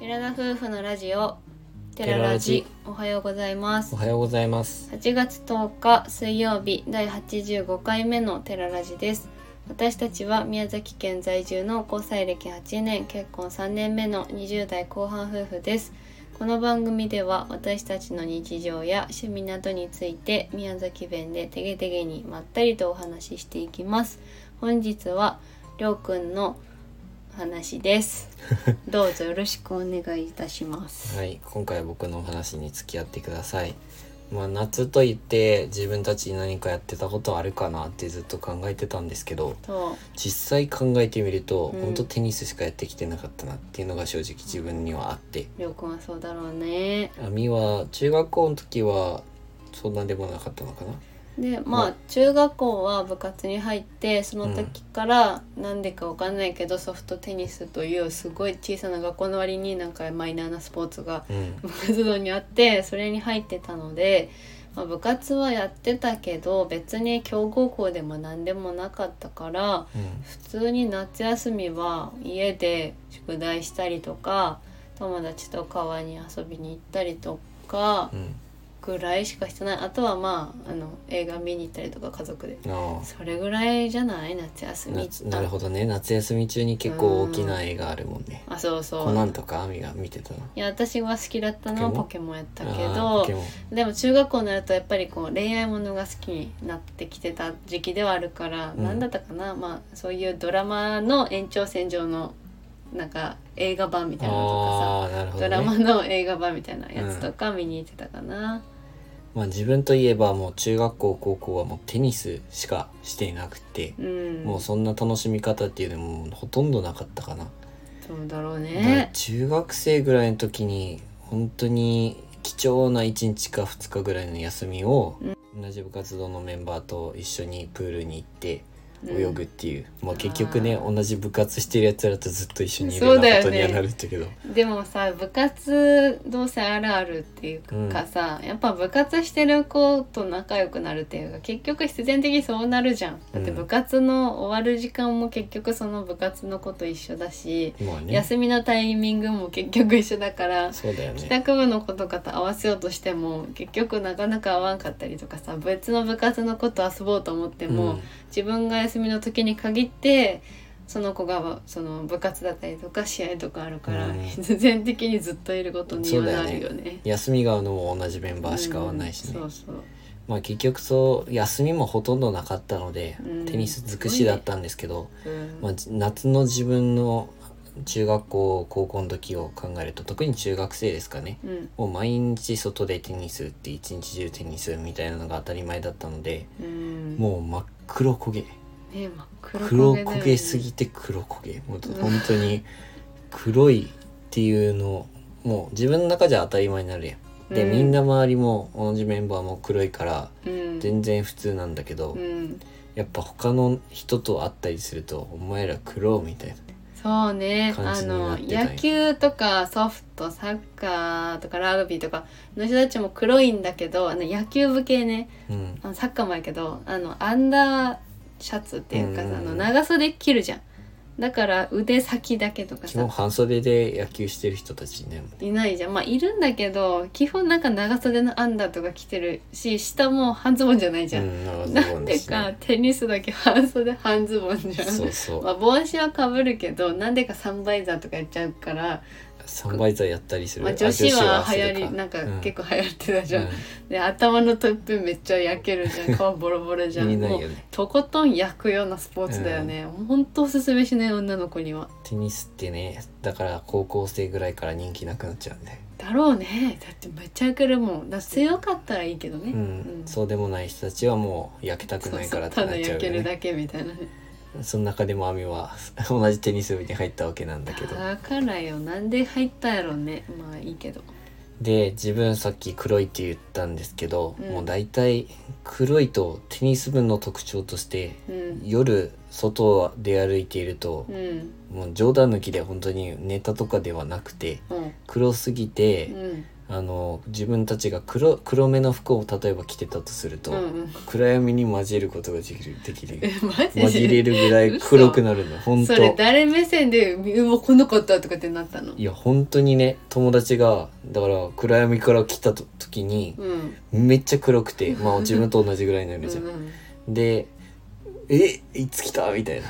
婦のラジオテラテラララジジおはようございますおはようございます。 8月10日水曜日第85回目のテララジです私たちは宮崎県在住の交際歴8年結婚3年目の20代後半夫婦ですこの番組では私たちの日常や趣味などについて宮崎弁でてげてげにまったりとお話ししていきます本日はりょうくんの話ですどうぞよろしくお願いいたしますはい、今回僕のお話に付き合ってください。まあ夏と言って自分たちに何かやってたことあるかなってずっと考えてたんですけど、と実際考えてみると、うんほんとテニスしかやってきてなかったなっていうのが正直自分にはあって。りょうくんはそうだろうね網は中学校の時はそんなでもなかったのかなでまうあん中学校は部活に入ってその時からなんでかわかんないけど、ソフトテニスというすごい小さな学校の割になんかマイナーなスポーツが うん。部活動にあってそれに入ってたので、まあ、部活はやってたけど別に強豪校でも何でもなかったからうん。普通に夏休みは家で宿題したりとか友達と川に遊びに行ったりとかうん。ぐらいしかしてないあとはまああの映画見に行ったりとか家族でああ。それぐらいじゃない夏休み夏なるほどね夏休み中に結構大きな映画あるもんね。あそうそコナンうとか網が見てたの。いや私は好きだったのはポポケモンやったけああポケどモンでも中学校になるとやっぱりこう恋愛ものが好きになってきてた時期ではあるから、うんなんだったかなまあそういうドラマの延長線上のなんか映画版みたいなのとかああーなさ、るほドど、ね、ラマの映画版みたいなやつとか見に行ってたかな、まあ自分といえばもう中学校高校はもうテニスしかしていなくて、うん、もうそんな楽しみ方っていうのもほとんどなかったかな、そうだろうだからね中学生ぐらいの時に本当に貴重な1日か2日ぐらいの休みを、同じ部活動のメンバーと一緒にプールに行ってうん泳ぐっていう、まあ結局ね同じ部活してるやつらとずっと一緒にいるそよううだなよねことにはなるんだけどでもさ部活動生あるあるっていうかさ、やっぱ部活してる子と仲良くなるっていうか結局必然的にそうなるじゃんだって部活の終わる時間も結局その部活の子と一緒だし、まあね休みのタイミングも結局一緒だからそうだよ帰ね宅部の子とかと合わせようとしても結局なかなか合わんかったりとかさ別の部活の子と遊ぼうと思っても、うん自分が休みの時に限ってその子がその部活だったりとか試合とかあるから、うん必然的にずっといることにはなるよね。休みが合うのも同じメンバーしか合わないしね、うんそうそうまあ結局そう休みもほとんどなかったので、うんテニス尽くしだったんですけど、うんまあ、じ夏の自分の中学校高校の時を考えると特に中学生ですかねうんもう毎日外でテニス打って一日中テニスみたいなのが当たり前だったのでうんもう真っ黒焦げね真っ黒黒だよね焦げすぎて黒焦げもう本当に黒いっていうのもう自分の中じゃ当たり前になるやんで、うみんな周りも同じメンバーも黒いからうん全然普通なんだけど、うんやっぱ他の人と会ったりすると「お前ら黒」みたいなそうね感あじになのってたんや野球とかソフトサッカーとかラグビーとかの人たちも黒いんだけどあの野球部系ねうんあのサッカーもやけどあのアンダーシャツっていうかさ、うんあの長袖着るじゃんだから腕先だけとか基本さ半袖で野球してる人たちねいないじゃんまあいるんだけど基本なんか長袖のアンダーとか着てるし下も半ズボンじゃないじゃん、うんなんでかテニスだけ半袖半ズボンじゃんそうそうまあ、帽子はかぶるけどなんでかサンバイザーとかやっちゃうから、サンバイザーやったりする、まあ、女子は流あ女行子そりれなんかうん結構流行ってたじゃん、うんで頭のトップめっちゃ焼けるじ ゃん顔ボロボロじゃん意味ないもうよねとことん焼くようなスポーツだよね、ほん、本当おすすめしない女の子にはテニスってねだから高校生ぐらいから人気なくなっちゃうんで、だろうねだってめっちゃ焼けるもんだから強かったらいいけどね、うんそうでもない人たちはもう焼けたくそうないそかうらってたなだっちゃ焼うけよるねだけみたいなねその中でも亜美は 同じテニス部に入ったわけなんだけどだからよなんで入ったやろうねまあいいけどで自分さっき黒いって言ったんですけど、うんもう大体黒いとテニス部の特徴としてうん夜外で歩いているとう、んもう冗談抜きで本当にネタとかではなくてうん黒すぎて、うんあの自分たちが黒黒目の服を例えば着てたとすると、うんうん暗闇に混じることができるできるえマジで紛れるぐらい黒くなるの本それ当誰目線で「うわこの子だ」とかってなったのいや本当にね友達がだから暗闇から来たと時にうんうんめっちゃ黒く てまあ自分と同じぐらいになうるじゃんんで「えいつ来た?」みたいな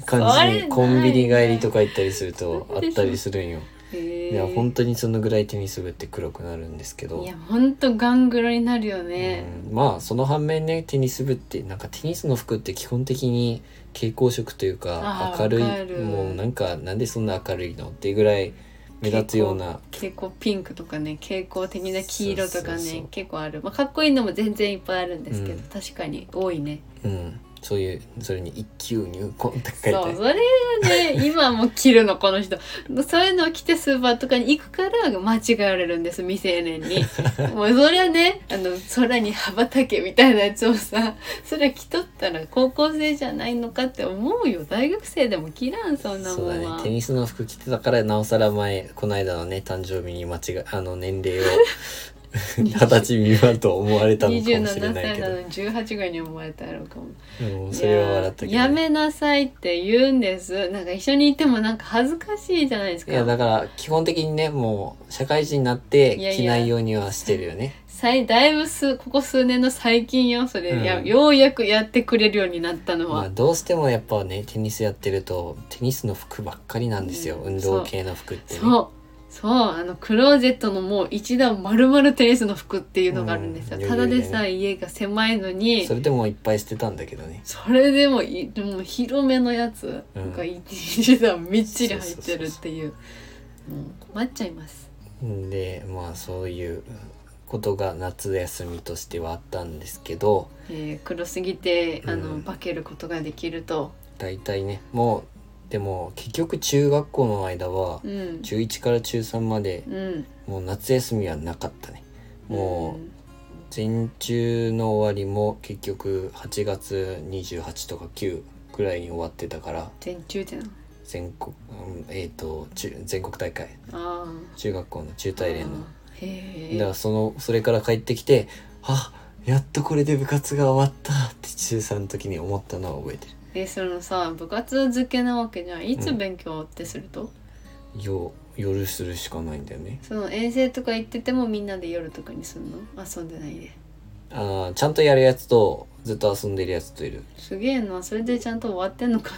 そ感れじないでねコンビニ帰りとか行ったりするとあったりするんよ。へいやー本当にそのぐらいテニス部って黒くなるんですけどいやほんとガングロになるよね、うんまあその反面ねテニス部ってなんかテニスの服って基本的に蛍光色というかあー明るわかいるもうなんかなんでそんな明るいのっていうぐらい目立つような蛍光ピンクとかね蛍光的な黄色とかねそうそうそう結構ある、まあ、かっこいいのも全然いっぱいあるんですけど、うん確かに多いねうん、そういうそれに「一級入魂」って書いてあそうるそれが ね今も着るのこの人そういうのを着てスーパーとかに行くから間違われるんです未成年に もうそりゃねあの空に羽ばたけみたいなやつをさそれ着とったら高校生じゃないのかって思うよ大学生でも着らんそんなもそうだんねはテニスの服着てたからなおさら前この間のね誕生日に間違あの年 齢を二十歳未満と思われたのかもしれ27ない歳けなどのに18ぐらいに思われたやろうかもでもそれは笑ったけどいややめなさいって言うんですなんか一緒にいてもなんか恥ずかしいじゃないですいかやだから基本的にねもう社会人になっていやいや着ないようにはしてるよね最だいぶすここ数年の最近よそれ、うんやようやくやってくれるようになったのまは、あどうしてもやっぱねテニスやってるとテニスの服ばっかりなんですよ、うん運動系の服ってねそうそうあのクローゼットのもう一段丸々テニスの服っていうのがあるんですよ、うんただでさえ家が狭いのにそれでもいっぱい捨てたんだけどねそれでもいでも広めのやつうんなんか一段みっちり入ってるっていうもう困っちゃいますでまあそういうことが夏休みとしてはあったんですけどえー黒すぎてあの、うん化けることができると、大体ねもうでも結局中学校の間はうん中1から中3までうん、もう夏休みはなかったねもうんう全中の終わりも結局8月28とか9ぐらいに終わってたから全中じゃん全国、うんえっ、と中全国大会あ中学校の中あ大連のへえだからそのそれから帰ってきてあやっとこれで部活が終わったって中3の時に思ったのは覚えてえそのさ部活漬けなわけじゃんいつ勉強ってすると、るよ夜するしかないんだよねその遠征とか行っててもみんなで夜とかにすんの遊んでないであーちゃんとやるやつとずっと遊んでるやつといるすげえなそれでちゃんと終わってんのか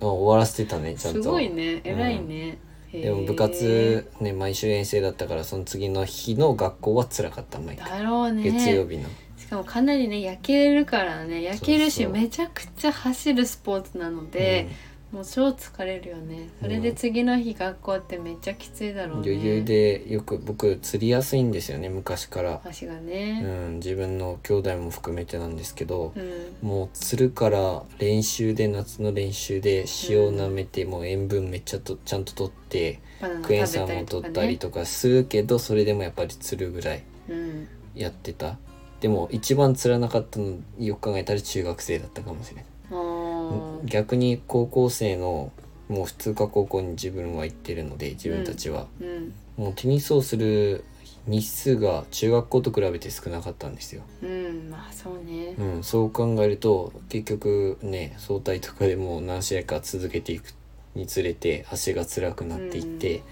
あ終わらせてたねなちゃんすとごいね偉いね、へえでも部活ね毎週遠征だったからその次の日の学校は辛かった毎回だろうね月曜日のしかもかなりね焼けるからね焼けるしそうそうめちゃくちゃ走るスポーツなので、もう超疲れるよねそれで次の日学校ってめっちゃきついだうろんうね余裕でよく僕釣りやすいんですよね昔から、足がうねん、自分の兄弟も含めてなんですけど、うんもう釣るから練習で夏の練習で塩を舐めてもう塩分めっちゃとちゃんと取ってバナナクエン酸食べもと取かったりねとかするけどそれでもやっぱり釣るぐらいうんやってたでも一番釣らなかったのよく考えたら中学生だったかもしれないあー逆に高校生のもう普通科高校に自分は行ってるので自分たちは、うんもうテニスをする日数が中学校と比べて少なかったんですよ、うんまあそうねうん、そう考えると結局ね早退とかでもう何試合か続けていくにつれて足が辛くなっていって、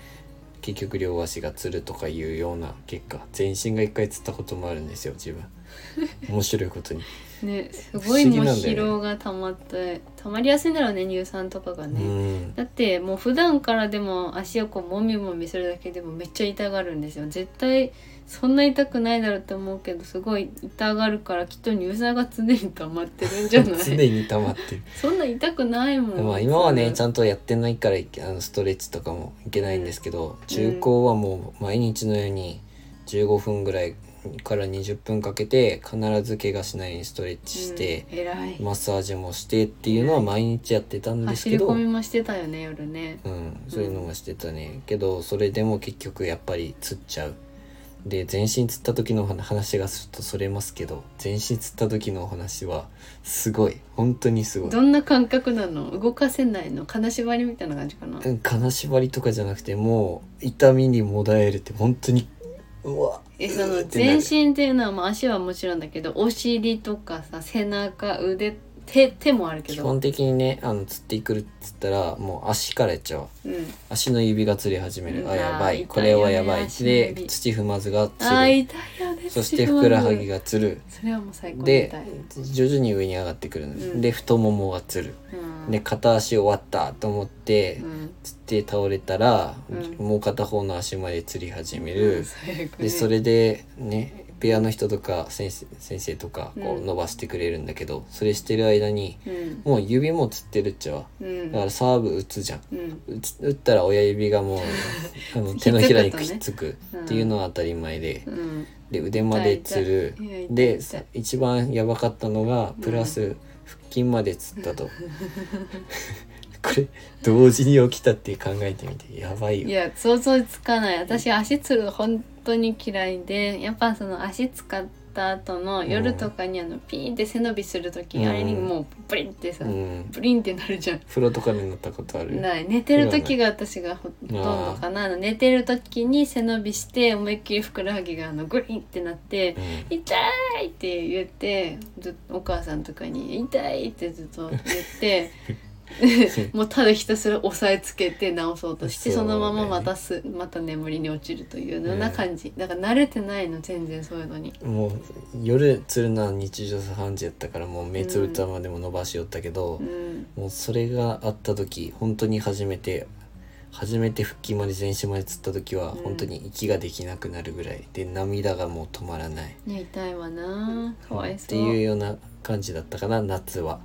結局両足がつるとかいうような結果全身が一回つったこともあるんですよ自分面白いことに、 ねすごい不思議もうなんだよね疲労が溜まって溜まりやすいんだろうね乳酸とかがうね、んだってもう普段からでも足をこうもみもみするだけでもめっちゃ痛がるんですよ絶対そんな痛くないだろうと思うけどすごい痛がるからきっと乳酸が常に溜まってるんじゃない常に溜まってるそんな痛くないもんまあ今はねちゃんゃんとやってないからいけあのストレッチとかもいけないんですけど、中高はもう毎日のように15分ぐらいから20分かけて必ず怪我しないようにストレッチして、うん、偉いマッサージもしてっていうのは毎日やってたんです走けりど、込うみん、もしてたよね夜ねそういうのもしてたね、けどそれでも結局やっぱりつっちゃう。で全身つった時の話がちょっとそれますけど全身つった時のお話はすごい本当にすごいどんな感覚なの動かせないの金縛りみたいな感じかなうん金縛りとかじゃなくてもう痛みにもだえるって本当にうわえそのってな全る身っていうのは、まあ、足はもちろんだけどお尻とかさ背中腕手手もあるけ基ど、本的にねあの釣ってくるっつったらもう足からやっちゃううん、足の指が釣り始める、うんあやばあいーこれはや痛いばよいね足の指で土踏まずがあー釣る痛いよねそしてふくらはぎがが釣るそれはもう最高にで痛い、徐々に上に上がってくるの、うんで太ももがつるうん、で片足終わったと思って、うん、つって倒れたら、うんもう片方の足まで釣り始める、最高ねでそれでねペアの人とか先生先生とかうこうん伸ばしてくれるんだけど、それしてる間にうんもう指もつってるっちゃわうんだからサーブ打つじゃんうん打つ打ったら親指がも うあの手のひらにくっつくうんっていうのは当たり前で、うんで腕までつる痛い痛いで痛い一番やばかったのがうんプラス腹筋までつったと、 これ同時に起きたって考えてみてやばいいよや想像つかない私足つる本当に嫌いでやっぱその足使った後の夜とかにあのピーンって背伸びする時、うんあれにもうブリンってさ、うんブリンってなるじゃん。風呂とかになったことあるない寝てる時が私がほとんどかなあの寝てる時に背伸びして思いっきりふくらはぎがあのグリンってなってうん「痛い!」って言ってずっとお母さんとかに「痛い!」ってずっと言っ て。もうただひたすら押さえつけて直そうとしてそそうねのまままたすまた眠りに落ちるというような感じ、だから慣れてないの全然そういうのにもう夜釣るのは日常茶飯事やったからもう目つぶったまでも伸ばしよったけどう、んもうそれがあった時本当に初めて初めて腹筋まで全身まで釣った時はうん本当に息ができなくなるぐらいで涙がもう止まらないいや痛いわなかわいっそてういうような感じだったかな夏は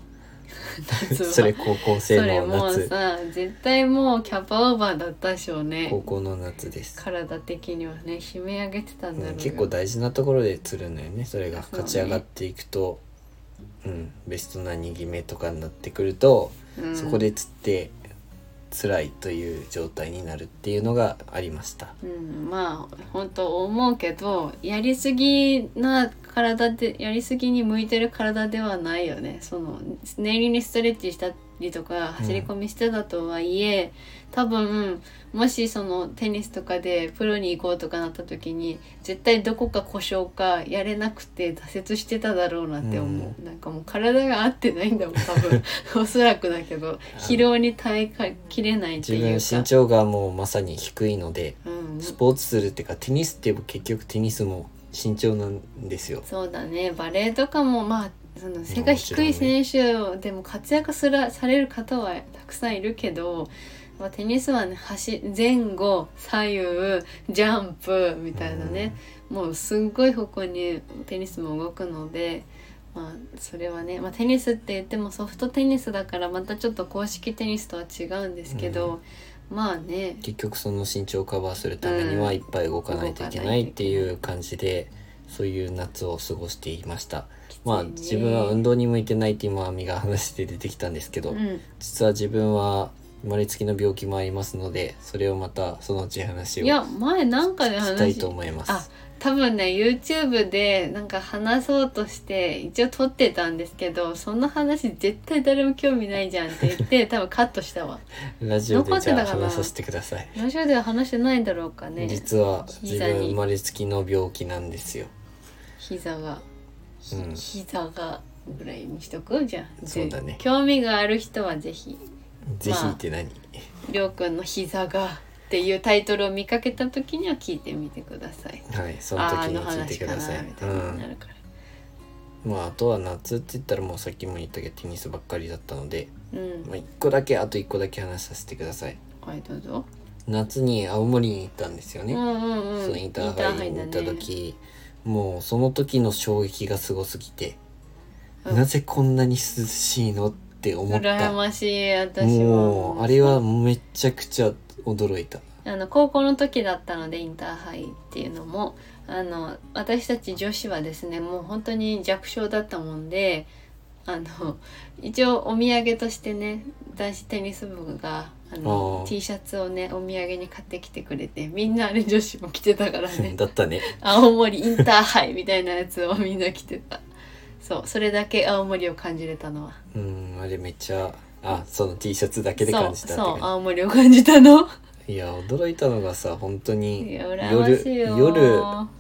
夏はそれ高校それ生のもう夏さ絶対もうキャパオーバーだったでしょうね高校の夏です体的にはね悲鳴上げてたんだろううんが結構大事なところで釣るのよねそれがそうね勝ち上がっていくとうんベストな2ぎ目とかになってくると、うんそこで釣って辛いという状態になるっていうのがありましたうん、まあ本当思うけどやりすぎな体でやりすぎに向いてる体ではないよねその念入りにストレッチしたりとか走り込みしてたとはいえ、多分もしそのテニスとかでプロに行こうとかなった時に絶対どこか故障かやれなくて挫折してただろうなって思う、なんかもう体が合ってないんだもん多分おそらくだけど疲労に耐えかきれないって自いう分か身長がもうまさに低いのでうん、スポーツするっていうかテニスって結局テニスも身長なんですよそうだねバレエとかもまあその背が低い選手でも活躍すらされる方はたくさんいるけど、まあ、テニスはね端前後左右ジャンプみたいなね、もうすんごい方向にテニスも動くので。まあ、それはね、まあ、テニスって言ってもソフトテニスだからまたちょっと公式テニスとは違うんですけど、まあね結局その身長をカバーするためにうはんいっぱい動かないといけないっていう感じでそういう夏を過ごしていましたきついねまあ自分は運動に向いてないって今亜美が話して出てきたんですけど、うん実は自分は生まれつきの病気もありますのでそれをまたそのうち話をいや前なんかでし話たいと思います。あ多分ね YouTube でなんか話そうとして一応撮ってたんですけどその話絶対誰も興味ないじゃんって言って 多分カットしたわラジオでじゃ残あってたかな話させてください。ラジオでは話してないんだろうかね実は自膝に分生まれつきの病気なんですよ。膝が、ひうん膝がぐらいにしとくじゃんそうだね興味がある人はぜひぜひって何？りょうくんの膝がっていうタイトルを見かけた時には聞いてみてくださいはい、その時あーあにの聞いて話くかなだみさい。たいになるから、うん。まああとは夏って言ったらもうさっきも言ったけどテニスばっかりだったので、うんまあ一個だけあと一個だけ話させてください。はいどうぞ、夏に青森に行ったんですようね。んうんうんそのインターハイに行ったインターハイだね時、もうその時の衝撃がすごすぎて、うんなぜこんなに涼しいのって思っ羨たましい私ももうあれはめちゃくちゃ驚いたあの高校の時だったのでインターハイっていうのもあの私たち女子はですねもう本当に弱小だったもんであの一応お土産としてね男子テニス部があのあー T シャツをねお土産に買ってきてくれてみんなあれ女子も着てたからね だったね青森インターハイみたいなやつをみんな着てたそうそれだけ青森を感じれたのはうんあれめっちゃあその T シャツだけで感じたってそうそう感青森を感じたのじいや驚いたのがさ本当いにや羨まし夜いよ夜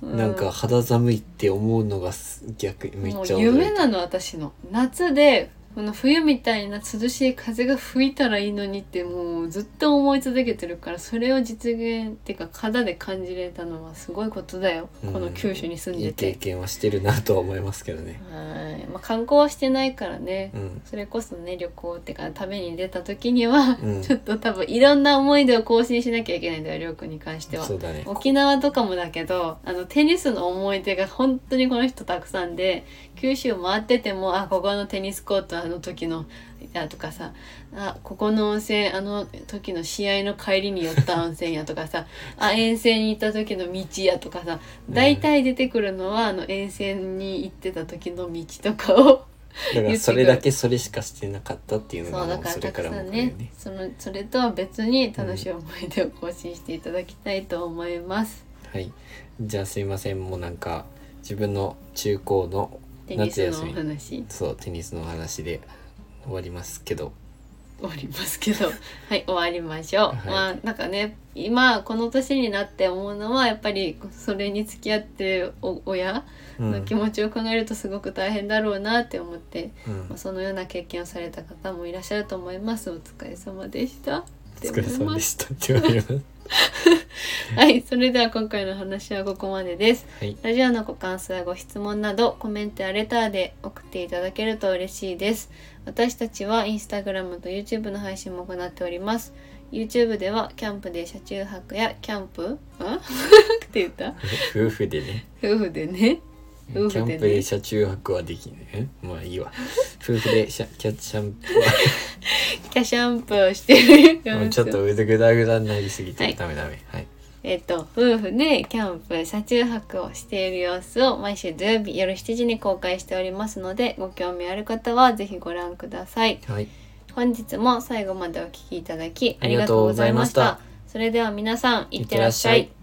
うんなんか肌寒いって思うのがす逆にめっもちゃう驚夢いなの私の夏でこの冬みたいな涼しい風が吹いたらいいのにってもうずっと思い続けてるからそれを実現っていうか肌で感じれたのはすごいことだよ、うんこの九州に住たんいでい経て験はしてるなとは思いますけどねはい、まあ、観光はしてないからね、うんそれこそね旅行ってか旅に出た時には、うんちょっと多分いろんな思い出を更新しなきゃいけないんだよりょうくんに関してはそうだね沖縄とかもだけどあのテニスの思い出が本当にこの人たくさんで九州回っててもあここのテニスコートあの時のやとかさあここの温泉あの時の試合の帰りに寄った温泉やとかさあ遠征に行った時の道やとかさ大体出てくるのは、あの遠征に行ってた時の道とかをだからそれだけそれしかしてなかったっていうのそうだがもうからそれたかくらさもん来るねよねそのそれとは別に楽しい思い出を更新していただきたいと思います。はいじゃあすいませんもうなんか自分の中高のテニスの夏お休み話そうテニスのお話で終わりますけど終わりますけ どはい終わりましょう、はいまあなんかね今この年になって思うのはやっぱりそれに付き合ってるお親うんの気持ちを考えるとすごく大変だろうなって思って、うんまあ、そのような経験をされた方もいらっしゃると思いますお疲れ様でしたお疲れ様でししたって言われますたはいそれでは今回の話はここまでですはいラジオのご感想やご質問などコメントやレターで送っていただけると嬉しいです。私たちはインスタグラムと YouTube の配信も行っております。YouTube ではキャンプで車中泊やキャンプん って言った夫婦でね夫婦でね。キ夫婦でねャンプで車中泊はできないえまあいい わ夫婦でシャキャッチャンキャシャンプーをしてプる。 もうちょっとグダグダになりすぎて、はいダメダメはいえっと、夫婦でキャンプ、車中泊をしている様子を毎週土曜日夜7時に公開しておりますので、ご興味ある方はぜひご覧ください。はい本日も最後までお聞きいただきあありりががととううごござざいいままししたた。それでは皆さん、いってらっしゃいってらっしゃいい。